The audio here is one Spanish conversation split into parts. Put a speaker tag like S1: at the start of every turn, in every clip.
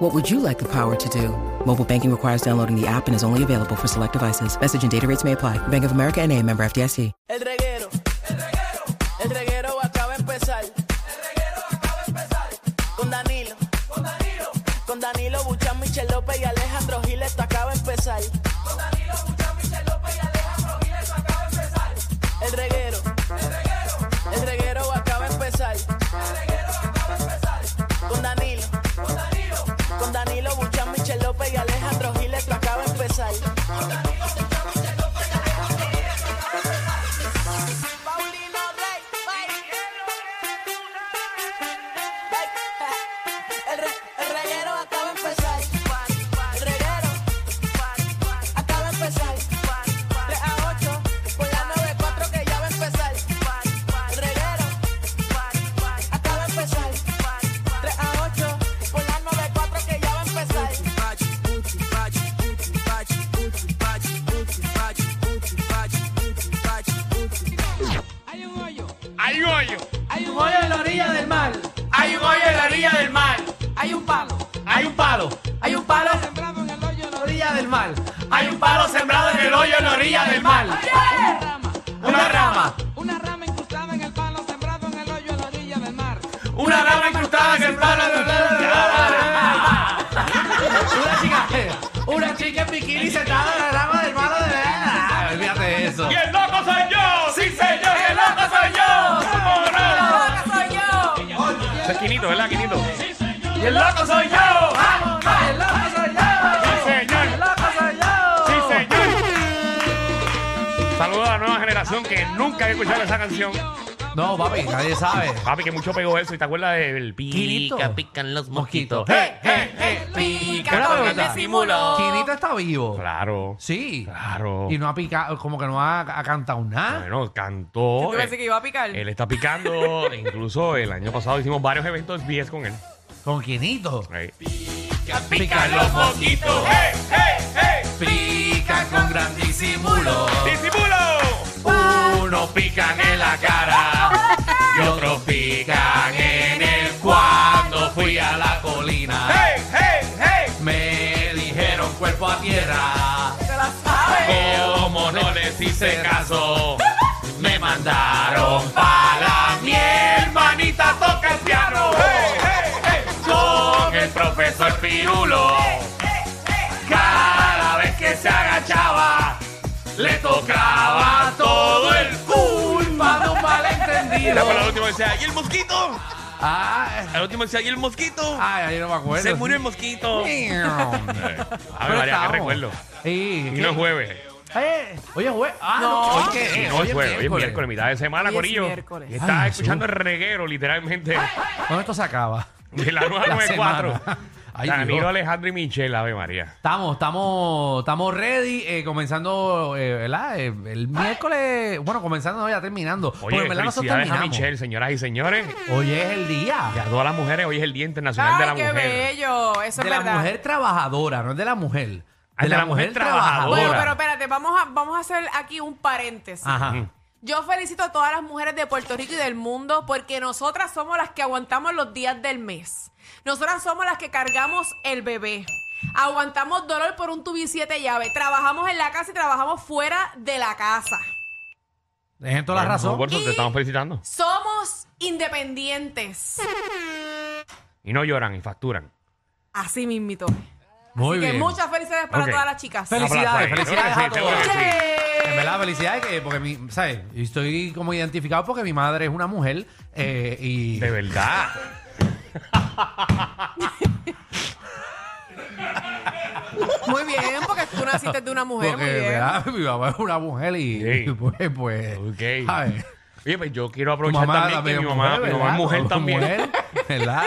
S1: What would you like the power to do? Mobile banking requires downloading the app and is only available for select devices. Message and data rates may apply. Bank of America and a member FDIC.
S2: El reguero. El reguero. El reguero acaba de empezar. El reguero acaba de empezar. Con Danilo. Con Danilo. Con Danilo Buchan, Michel López y Alejandro Gil, esto acaba de empezar. Con Danilo Buchan, Michel López y Alejandro Gil, esto acaba de empezar. El reguero. El reguero. El reguero acaba de empezar. El reguero acaba de empezar. Con Danilo. Con Danilo. Con Danilo Buchan, Michel López y Alejandro Gil, esto acaba de empezar. Paulino Rey. El, re, el reguero acaba de empezar. El reguero acaba de empezar. 3 a 8 por la 94 que ya va a empezar. El reguero acaba de empezar. 3 a 8 por la 94 que ya va a empezar.
S3: Hay un hoyo,
S4: Hay un hoyo en la orilla del mar.
S3: hay un hoyo en la orilla del mar,
S4: Hay un palo.
S3: hay un palo,
S4: Hay un palo sembrado en el hoyo en la orilla del mar.
S3: hay un palo sembrado en el hoyo en la orilla del mar,
S4: Hay una rama.
S3: una rama,
S4: Una rama incrustada en el palo sembrado en el hoyo en la orilla del mar.
S3: una rama incrustada en el palo del
S4: Una chica. Una chica en bikini sentada en la rama del mar. Ah, Olvídate de eso.
S3: Y el loco soy yo, sí señor, el loco soy yo, somos reyes. Eso es Quinito, ¿verdad, Quinito? Y el loco soy yo, ah, ah,
S4: El loco soy yo.
S3: sí señor.
S4: El loco soy yo.
S3: Sí, señor. Saludos a la nueva generación que nunca había escuchado esa canción.
S4: No, papi, nadie sabe.
S3: Papi, que mucho pegó eso. ¿Y te acuerdas del pica, ¡Eh,
S4: Quinito.
S3: pican los mosquitos?
S4: Hey,
S3: hey, hey!
S4: Pica con el disimulo. Quinito está vivo.
S3: Claro.
S4: Sí.
S3: Claro.
S4: Y no ha picado, como que no ha, ha cantado nada.
S3: Bueno, cantó. Él,
S5: que iba a picar.
S3: él está picando. Incluso el año pasado hicimos varios eventos 10 con él.
S4: Con Quinito.
S3: Ahí.
S4: Pican los eh.
S3: mosquitos! ¡Hey, hey, hey!
S4: Pica con gran disimulo.
S3: ¡Disimulo!
S4: Unos pican en la cara y otros pican en el cuando fui a la colina.
S3: ¡Hey, hey, hey!
S4: Me dijeron cuerpo a tierra. Como no les hice caso, me mandaron para mi hermanita toca el piano. Con el profesor Pirulo. Cada vez que se agachaba, le tocaba todo el culpa de un
S3: Y la
S4: malentendido.
S3: palabra última decía, ¡y el mosquito!
S4: Ah,
S3: Al último decía, ¡y el mosquito!
S4: ay, ay, yo no me acuerdo.
S3: ¡Se murió el mosquito!
S4: Pero
S3: A ver, María, qué
S4: estábamos.
S3: recuerdo.
S4: Sí,
S3: Y
S4: ¿qué?
S3: no es jueves.
S4: Eh, Oye, jueves. Ah,
S5: No.
S4: no, ¿qué
S3: Y
S4: es?
S3: no es jueves. Hoy es miércoles, mitad de semana,
S5: Hoy es
S3: Corillo.
S5: miércoles.
S3: Y está
S4: Ay,
S3: escuchando el reguero, literalmente,
S4: ¿Cuándo esto se acaba?
S3: de la
S4: La
S3: 994.
S4: semana. Ay,
S3: Danilo,
S4: Dios.
S3: Alejandro y Michelle, Ave María.
S4: Estamos, estamos, estamos ready, eh, comenzando, eh, ¿verdad? Eh, el miércoles, bueno, comenzando, no, ya terminando. Porque
S3: Oye,
S4: en verdad nosotros
S3: felicidades a
S4: terminamos.
S3: Michelle, señoras y señores.
S4: Hoy es el día
S3: Y a todas las mujeres, hoy es el Día Internacional de la
S5: Ay, qué
S3: Mujer.
S5: bello. Eso
S4: de
S5: es
S4: la
S5: verdad.
S4: mujer trabajadora, no es de la mujer.
S3: Ah, de la mujer trabajadora.
S5: Bueno, pero espérate, vamos a, vamos a hacer aquí un paréntesis.
S4: Ajá.
S5: Yo felicito a todas las mujeres de Puerto Rico y del mundo porque nosotras somos las que aguantamos los días del mes. Nosotras somos las que cargamos el bebé. Aguantamos dolor por un tubo y siete llaves. Trabajamos en la casa y trabajamos fuera de la casa.
S4: Dejen toda la
S3: Bueno,
S4: razón.
S3: Por eso te estamos felicitando.
S5: Somos independientes.
S3: Y no lloran y facturan.
S5: Así mismito.
S4: Muy
S5: Así
S4: bien. Ah,
S5: que muchas felicidades para
S3: Ok.
S5: todas las chicas.
S4: Felicidades,
S3: Aplausos.
S4: felicidades
S3: Seguro
S4: a
S3: que sí, seguro
S4: todas.
S3: que sí.
S4: En verdad, felicidades, que, porque, mi, ¿sabes? Y Estoy como identificado porque mi madre es una mujer eh, y...
S3: De verdad.
S5: Muy bien, porque tú naciste de una mujer,
S4: porque,
S5: muy bien.
S4: ¿verdad? Mi mamá es una mujer y,
S3: Sí.
S4: y pues, pues...
S3: Ok.
S4: ¿sabes?
S3: Oye, pues yo quiero
S4: Tu
S3: aprovechar
S4: mamá
S3: también que mi
S4: es
S3: mamá, mi mamá es
S4: ¿verdad?
S3: mujer también.
S4: Mujer, ¿Verdad?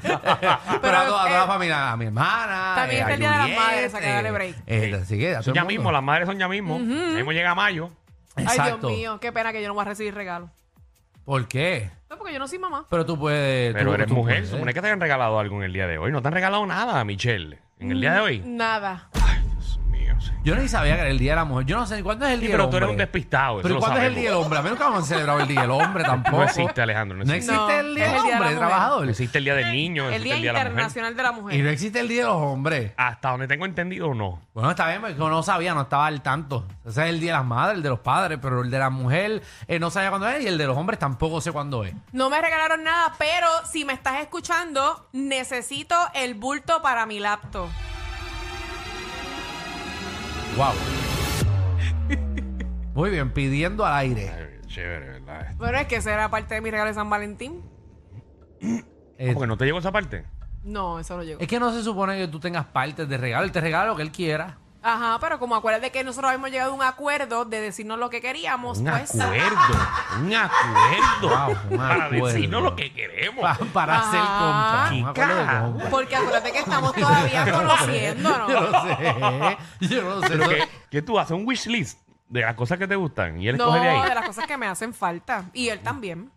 S4: Pero a toda, a toda la
S5: eh,
S4: familia, a mi hermana.
S5: también
S4: eh,
S5: está
S4: a
S5: el Día de las Madres,
S4: Juliet,
S5: acá, dale break.
S4: eh, así que a todo
S3: Son
S4: el
S3: ya
S4: mundo.
S3: mismo, las madres son ya mismo. Ya mismo llega mayo.
S5: Ay,
S4: Exacto.
S5: Dios mío, qué pena que yo no voy a recibir regalo.
S4: ¿Por qué?
S5: No, porque yo no soy mamá.
S4: Pero tú puedes.
S3: Pero
S4: tú-
S3: eres
S4: tú
S3: mujer,
S4: puedes. ¿eh?
S3: supone que te han regalado algo en el día de hoy. No te han regalado nada, Michelle, en el día de
S4: Mm,
S3: hoy.
S5: Nada.
S3: Dios mío, sí.
S4: Yo ni sabía que era el Día de la Mujer. Yo no sé ni cuándo es el
S3: Sí,
S4: Día
S3: pero
S4: del
S3: tú
S4: Hombre.
S3: eres un despistado, Pues eso
S4: Pero
S3: lo
S4: ¿cuándo es el
S3: sabemos.
S4: Día del Hombre? A menos que no han celebrado el Día del Hombre tampoco.
S3: No existe, Alejandro, no
S4: No
S3: existe.
S4: existe
S5: No,
S4: el Día del
S5: es el Día de la
S4: Hombre,
S5: Mujer.
S4: trabajador.
S3: No existe el día del niño,
S5: El
S3: existe
S5: Día
S3: el día de la mujer.
S5: Internacional de la
S4: Y
S5: Mujer.
S4: no existe el Día de los Hombres.
S3: Hasta donde tengo entendido, no.
S4: Bueno, está bien, porque no sabía, no estaba al tanto. Ese es el Día de las Madres, el de los Padres, pero el de la Mujer eh, no sabía cuándo es y el de los Hombres tampoco sé cuándo es.
S5: No me regalaron nada, pero si me estás escuchando, necesito el bulto para mi laptop.
S4: Wow. Muy bien, pidiendo al aire.
S3: Ay, Chévere, ¿verdad?
S5: Bueno, es que esa era parte de mi regalo de San Valentín.
S4: Eh,
S3: Porque no te llegó esa parte.
S5: No, eso no llegó.
S4: es que no se supone que tú tengas partes de regalo. Él te regala lo que él quiera.
S5: Ajá, pero como acuérdate que nosotros habíamos llegado a un acuerdo de decirnos lo que queríamos,
S3: Un
S5: pues.
S3: acuerdo, un acuerdo.
S4: Wow, un
S3: para
S4: acuerdo.
S3: decirnos lo que queremos.
S4: pa- para hacer
S5: Ajá.
S4: compras. Un acuerdo de
S3: Chica.
S4: compras.
S5: Porque acuérdate que estamos todavía
S4: Yo
S5: conociéndonos.
S4: no sé. Yo no sé.
S3: Pero
S4: no-
S3: que, que tú haces un wish list de las cosas que te gustan y él
S5: No,
S3: escoge de ahí.
S5: de las cosas que me hacen falta. Y él también.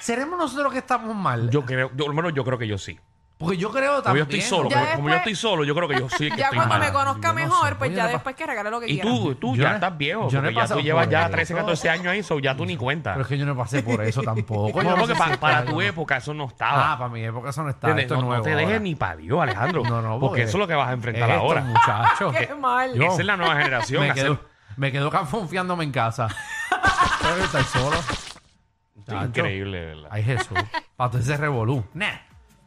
S4: ¿Seremos nosotros los que estamos mal?
S3: Yo creo, yo, hermano, yo creo que yo sí.
S4: Porque yo creo
S3: Como yo
S4: también.
S3: estoy solo,
S5: Ya
S3: como, como yo
S5: después-
S3: estoy solo, yo creo que yo sí que
S5: Ya
S3: estoy
S5: cuando
S3: mal.
S5: me conozca
S4: yo no sé.
S5: mejor, pues
S4: Oye,
S5: ya
S4: no
S5: después que regale lo que
S3: Y
S5: quiera.
S3: tú, tú
S4: Yo
S3: ya
S4: no-
S3: estás viejo.
S4: yo no he
S3: porque ya tú
S4: pasado
S3: llevas
S4: por
S3: ya
S4: eso.
S3: 13, 14 años ahí, so ya tú ni cuenta.
S4: Pero es que yo no pasé por eso tampoco.
S3: Coño,
S4: Yo no
S3: porque
S4: sé
S3: pa-
S4: si
S3: para
S4: está
S3: tu
S4: bien.
S3: época eso no estaba.
S4: Ah, para mi época eso no está.
S3: ¿Entiendes?
S4: Esto
S3: no,
S4: es
S3: no
S4: nuevo
S3: te dejes
S4: ahora.
S3: ni para Dios, Alejandro.
S4: No, no,
S3: porque eso es lo que vas a enfrentar
S4: Esto,
S3: ahora.
S4: muchacho,
S5: Qué
S4: que-
S5: mal.
S4: Yo-
S3: Esa es la nueva generación.
S4: me
S3: hacer-
S4: quedo, me quedo confiándome en casa. Tengo que estar solo.
S3: Esto es increíble, ¿verdad?
S4: Ay, Jesús. Para todo ese revolú. Nah.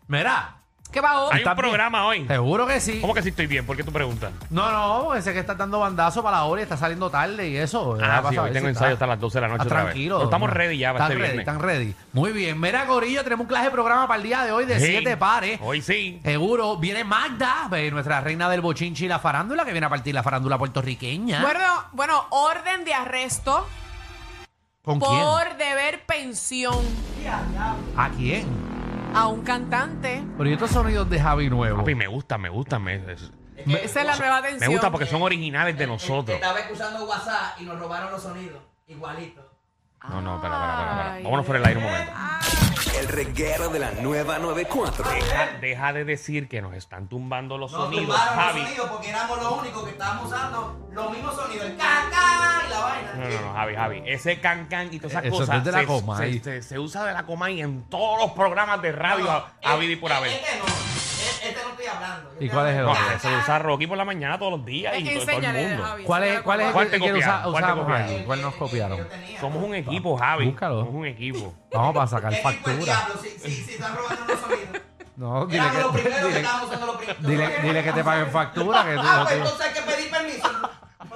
S4: Mira,
S5: ¿Qué va
S3: Hay un
S4: ¿estás bien?
S3: programa hoy.
S4: seguro que sí.
S3: ¿Cómo que sí estoy bien? ¿Por qué tú preguntas?
S4: No, no, porque sé que estás dando bandazo para la hora y está saliendo tarde y eso.
S3: Ah,
S4: Era para
S3: sí, hoy
S4: saber
S3: tengo
S4: si
S3: ensayo
S4: está-
S3: hasta las 12 de la noche
S4: Ah,
S3: otra vez.
S4: tranquilo.
S3: Pero estamos
S4: no.
S3: ready ya para
S4: Están
S3: este
S4: ready,
S3: viernes.
S4: Están ready. Muy bien. Mira, Corillo, tenemos un clase de programa para el día de hoy de
S3: Sí.
S4: siete pares.
S3: Hoy sí.
S4: Seguro. Viene Magda, eh, nuestra reina del bochinchi y la farándula, que viene a partir la farándula puertorriqueña.
S5: Bueno, bueno, orden de arresto
S4: ¿Con quién?
S5: por deber pensión
S4: ¿A quién?
S5: a un cantante.
S4: Pero ¿y estos sonidos de Javi Nuevo.
S3: Papi, me gusta, me gusta. Me, es-
S5: Esa es la nueva tensión.
S3: me gusta porque son originales de
S6: El- el que
S3: nosotros.
S6: Estaba escuchando WhatsApp y nos robaron los sonidos. Igualito.
S3: No, no, espera, espera, espera. espera.
S5: Ay,
S3: Vámonos fuera del aire un momento.
S7: El reguero de la nueva 94.
S3: Deja, deja de decir que nos están tumbando los
S6: Nos
S3: sonidos,
S6: tumbaron
S3: Javi.
S6: los sonidos porque éramos los únicos que estábamos usando los mismos sonidos. El caca y la vaina.
S3: No, no, no, Javi, Javi. Ese cancan y todas esas
S4: Eso es
S3: cosas
S4: de la
S3: se,
S4: Comay.
S3: se- se- se usa de la Comay en todos los programas de radio a, a vida y por haber.
S6: Este no. E- Este no estoy hablando. Yo
S4: ¿Y
S6: estoy
S4: cuál es el
S3: No,
S6: hablando
S4: otro?
S6: de
S3: se usa Rocky por la mañana todos los días
S5: Es
S3: y
S5: que
S3: todo, todo el
S5: enséñale,
S3: mundo.
S5: Javi.
S4: ¿cuál es, cuál es el
S3: ¿Cuál
S4: que,
S3: te
S4: que
S3: copiaron?
S4: usa-
S3: ¿Cuál te
S4: usamos
S3: copiaron?
S4: ahí? ¿Cuál nos copiaron?
S6: yo tenía.
S3: Somos un equipo, Javi.
S4: Búscalo.
S3: Somos un equipo.
S4: Vamos para sacar
S6: ¿Qué equipo el
S4: factura.
S6: diablo? Si, si, si están robando los sonidos.
S4: No, dile
S6: Éramos los
S4: que,
S6: primeros que
S4: dile,
S6: estábamos usando los primeros.
S4: dile- dile que te paguen factura. Que tú,
S6: Ah,
S4: no
S6: pues
S4: te-
S6: entonces hay que pedir permiso.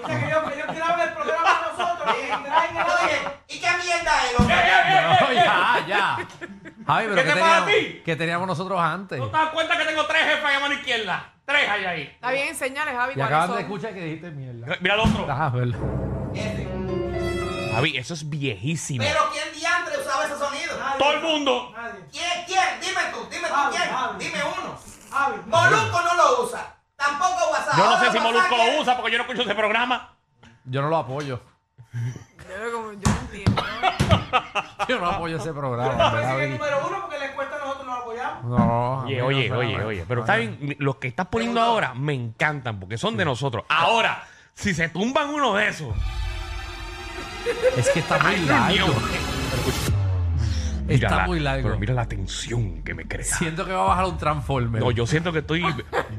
S6: O sea que yo, que yo quiero ver el programa de nosotros. Y, yo dije, ¿y qué mierda es, hombre?
S3: Eh,
S4: No, ya, ya. Javi, pero
S3: ¿Qué
S4: ¿qué,
S3: te pasa a
S4: teníamos,
S3: ti?
S4: ¿qué teníamos nosotros antes?
S3: ¿No te das cuenta que tengo tres jefes ahí a mano izquierda? Tres hay ahí.
S5: Está bien, enséñales, Javi,
S4: Y
S5: cuáles
S4: acaban de
S5: son.
S4: escuchar que dijiste mierda.
S3: Mira el otro.
S4: Ah, verdad.
S6: Este.
S3: Javi, eso es viejísimo.
S6: Pero ¿quién diantre usaba ese sonido?
S3: Todo el mundo.
S6: ¿Quién? ¿Quién? Dime tú, dime tú quién. Dime uno. Molusco no lo usa. Tampoco WhatsApp.
S3: Yo no
S6: Ahora
S3: sé si
S6: WhatsApp,
S3: Molusco
S6: ¿quién?
S3: lo usa porque yo no escucho ese programa.
S4: Yo no lo apoyo.
S5: Yo, como- yo no entiendo.
S4: Yo no apoyo ese programa. hombre, Javi.
S6: número uno porque la encuesta nosotros no lo apoyamos.
S4: No, a mí
S3: Oye,
S4: no
S3: oye,
S4: suena
S3: oye,
S4: mal.
S3: oye. Pero está bien, mi- los que estás poniendo ahora me encantan porque son de nosotros. Ahora, si se tumban uno de esos.
S4: Es que está muy
S3: Dios
S4: largo.
S3: mío.
S4: Está
S3: la-
S4: muy largo.
S3: Pero mira la tensión que me crea.
S4: Siento que va a bajar un transformer.
S3: No, yo siento que estoy.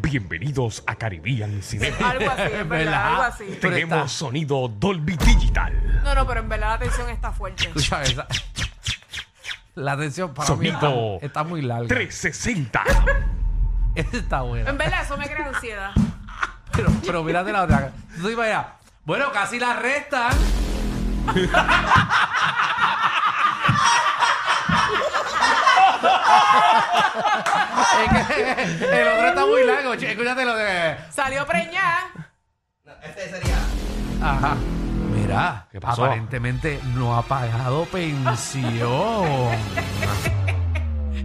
S3: Bienvenidos a Caribbean Cinema.
S5: Algo así, es verdad, algo así.
S4: Pero
S3: Tenemos
S4: está-
S3: sonido Dolby Digital.
S5: No, no, pero en verdad la tensión está fuerte.
S4: Escucha esa. La atención para mí está,
S3: Sonido
S4: está muy larga.
S3: 360.
S4: Esa está buena.
S5: En verdad eso me crea ansiedad.
S4: Pero, pero mírate la otra. Tú te imaginas, Bueno, casi la restan. es que el otro está muy largo. Che, Escúchate lo de.
S5: Salió preñada.
S6: Este sería.
S4: Ajá. Mira,
S3: ¿Qué pasó?
S4: aparentemente no ha pagado pensión.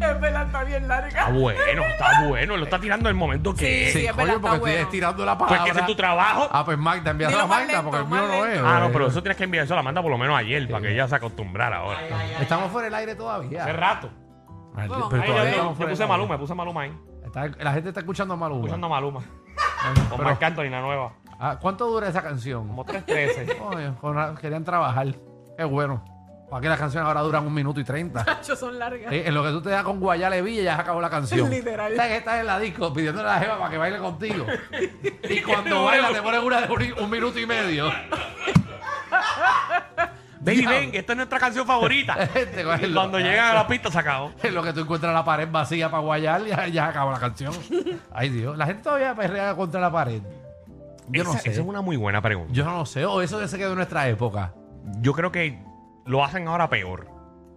S5: Es verdad, está bien larga.
S3: Está Ah, bueno, está bueno. Lo está tirando el momento que.
S5: Sí,
S3: es.
S5: es
S4: coño, porque
S5: verdad, está
S4: estoy
S5: bueno.
S4: estirando la
S3: Pues
S4: palabra.
S3: que ese es tu trabajo.
S4: Ah, pues Magda, envía
S5: Dilo
S4: a
S5: más
S4: Magda,
S5: lento,
S4: porque el
S5: más
S4: mío no es.
S5: lento.
S3: Ah, no, pero eso tienes que enviar eso a la manda por lo menos ayer para que ella se acostumbrara ahora.
S4: Estamos fuera del aire todavía.
S3: Hace rato.
S4: Ay,
S5: Vamos,
S4: pero
S3: Ahí
S4: todavía
S3: le-
S4: estamos
S3: le
S4: fuera
S3: puse
S4: del
S3: Maluma, le puse Maluma ahí.
S4: aire. Está- la gente está escuchando a Maluma.
S3: Escuchando a Maluma.
S4: Ay,
S3: Con
S4: pero-
S3: Marc Anthony, la nueva.
S4: Ah, ¿Cuánto dura esa canción?
S3: Como 313.
S4: Coño, con ra- querían trabajar. Qué bueno. Para que las canciones ahora duran un minuto y treinta.
S5: Yo son largas.
S4: Eh, en lo que tú te das con Guayale Villa ya se acabó la canción.
S5: Literal.
S4: Estás, estás en la disco pidiéndole a la jeva para que baile contigo. y cuando baila te ponen una de un, un minuto y medio.
S3: Baby,
S4: Ya.
S3: ven, esta es nuestra canción favorita.
S4: Este, con el-
S3: Y Cuando llegan a la pista se acabó.
S4: En lo que tú encuentras la pared vacía para guayar, ya, ya se acabó la canción. Ay, Dios. La gente todavía perrea contra la pared. Yo
S3: Esa,
S4: no sé.
S3: esa es una muy buena pregunta.
S4: Yo no sé. O eso ya se quedó en nuestra época.
S3: Yo creo que lo hacen ahora peor.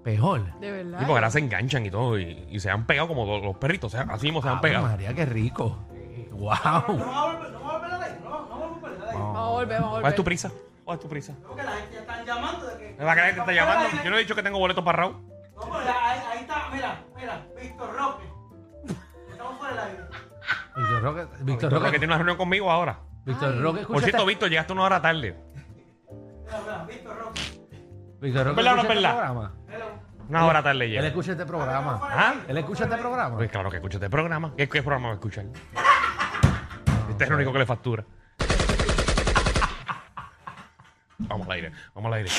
S4: Peor.
S5: De verdad.
S3: Sí, porque ahora se enganchan y todo y, y se han pegado como do- los perritos. o sea, así mismo se han
S4: Ave
S3: pegado.
S4: María, qué rico. Wow.
S6: No vamos a volver- no vamos a volver a la no vamos a volver a la
S5: Vamos a volver, vamos a volver.
S3: ¿Cuál es tu prisa? ¿Cuál es tu prisa?
S6: Porque la gente ya están llamando de que.
S3: Es la que la gente está
S6: Vamos a la
S3: llamando. Yo no he dicho que tengo boletos para Raúl.
S6: No, pero ahí, ahí está, mira, mira, Víctor Roque. Estamos fuera del aire.
S4: Víctor Roque. Víctor
S3: Porque
S4: Roque.
S3: tiene una reunión conmigo ahora.
S4: Víctor Roque. escucha
S3: Por cierto,
S4: este-
S3: Víctor, llegaste una hora tarde.
S6: Mira, mira, Víctor Roque.
S4: Víctor Roque.
S3: ¿Verdad o no
S4: escucha este
S3: verdad?
S4: programa.
S3: Una hora tarde
S4: Él
S3: llegaste.
S4: escucha este programa.
S3: ¿Ah?
S4: Él escucha este programa.
S3: Pues claro que escucho este programa. ¿Qué, qué programa va a escuchar? Este es el único que le factura. Vamos al aire, vamos al aire.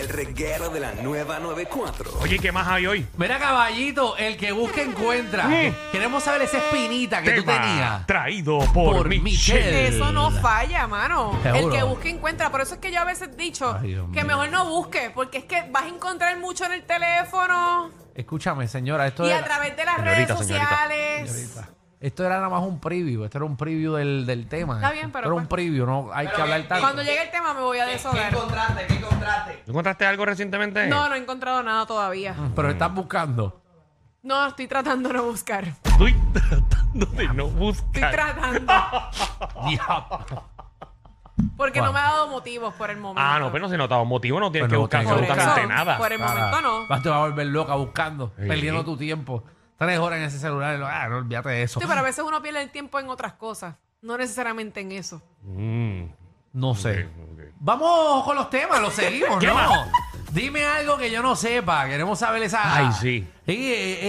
S7: El reguero de la nueva 94.
S3: Oye, ¿y ¿qué más hay hoy?
S4: Mira, caballito, el que busca encuentra.
S3: Mm.
S4: Queremos saber esa espinita que tú
S3: Tema
S4: tenías.
S3: Traído por,
S4: Por
S3: Michelle.
S4: Michelle.
S5: Eso no falla, mano.
S4: Seguro.
S5: El que busque encuentra. Por eso es que yo a veces he dicho
S4: Ay, Dios
S5: que
S4: mío.
S5: mejor no busque, porque es que vas a encontrar mucho en el teléfono
S4: Escúchame, señora, esto
S5: y
S4: era,
S5: a través de las
S3: Señorita,
S5: redes
S3: señorita.
S5: sociales.
S4: Señorita, esto era nada más un preview. Esto era un preview del, del tema.
S5: Está bien, pero
S4: Esto era un
S5: pues-
S4: preview, no hay que
S6: Pero
S4: hablar
S6: bien,
S4: tanto.
S5: Cuando llegue el tema me voy a deshogar.
S6: contraste? ¿Qué contraste?
S3: ¿Tú encontraste algo recientemente?
S5: No, no he encontrado nada todavía.
S4: Pero estás buscando.
S5: No, estoy tratando de no buscar. Estoy
S3: Estoy tratando de no buscar.
S5: tratando.
S4: Diablo.
S5: Porque
S4: Wow.
S5: no me ha dado motivos por el momento.
S3: Ah, no, pero no se notaba motivo, no tienes
S4: Pues no,
S3: que buscar
S4: tiene
S5: por
S4: que
S3: absolutamente
S5: eso,
S3: nada.
S5: Por el momento no.
S4: Vas, te vas a volver loca buscando,
S3: Sí.
S4: perdiendo tu tiempo. Tres horas en ese celular. y lo- Ah, no olvídate de eso.
S5: Sí, pero a veces uno pierde el tiempo en otras cosas. No necesariamente en eso.
S3: Mm.
S4: No sé.
S3: ok.
S4: Vamos con los temas, los seguimos,
S3: ¿Qué
S4: ¿no?
S3: más?
S4: Dime algo que yo no sepa. Queremos saber esas.
S3: Ay, sí.
S4: eh,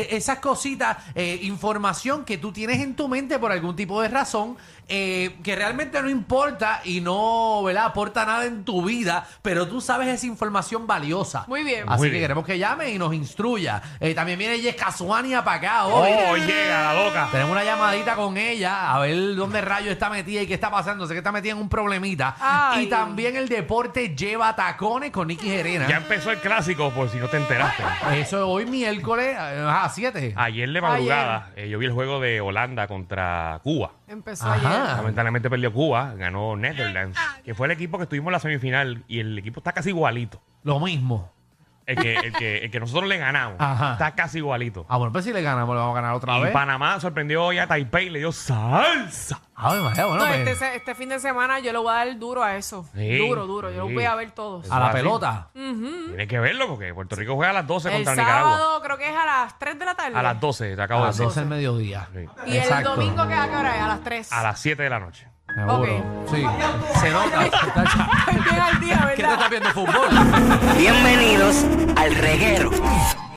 S4: eh, esas cositas, eh, información que tú tienes en tu mente por algún tipo de razón, eh, que realmente no importa y no, ¿verdad? Aporta nada en tu vida, pero tú sabes esa información valiosa.
S5: Muy bien.
S4: Así
S3: Muy
S4: que
S3: bien.
S4: queremos que llame y nos instruya. Eh, también viene Yes Casuania para acá
S3: Oh,
S4: hoy.
S3: llega la loca.
S4: Tenemos una llamadita con ella a ver dónde rayo está metida y qué está pasando. Sé que está metida en un problemita.
S5: Ay.
S4: Y también el deporte lleva tacones con Nicky
S3: Ya
S4: Gerena.
S3: empezó el clásico, por si no te enteraste.
S4: Eso es hoy miércoles eh, a las 7.
S3: Ayer de madrugada eh, yo vi el juego de Holanda contra Cuba.
S5: Empezó ayer.
S4: Ajá.
S3: Lamentablemente perdió Cuba, ganó Netherlands, que fue el equipo que estuvimos en la semifinal y el equipo está casi igualito.
S4: Lo mismo.
S3: El que, el que, el que nosotros le ganamos
S4: Ajá.
S3: está casi igualito.
S4: Ah, bueno, pues si le ganamos, le vamos a ganar otra
S3: Y
S4: vez.
S3: Panamá sorprendió hoy a Taipei y le dio salsa.
S4: Ah, bueno, bueno,
S5: No,
S4: pues,
S5: este, se- este fin de semana yo le voy a dar duro a eso.
S3: Sí,
S5: duro, duro. Yo
S3: sí.
S5: lo voy a ver todos.
S4: a la
S3: Así.
S4: pelota.
S3: Tienes que verlo porque Puerto Rico juega a las 12
S5: El
S3: contra Nicaragua.
S5: sábado creo que es a las 3 de la tarde.
S3: A las 12, te acabo
S4: A
S3: de
S4: las
S3: decir.
S4: 12 del mediodía.
S3: Sí.
S5: Y
S4: Exacto.
S5: el domingo que a qué hora es? A las 3.
S3: A las 7 de la noche.
S4: Seguro.
S5: Ok.
S4: Sí. Se nota.
S5: Bien al día,
S4: ¿Qué te
S5: ¿verdad?
S4: estás viendo fútbol?
S8: Bienvenidos al reguero.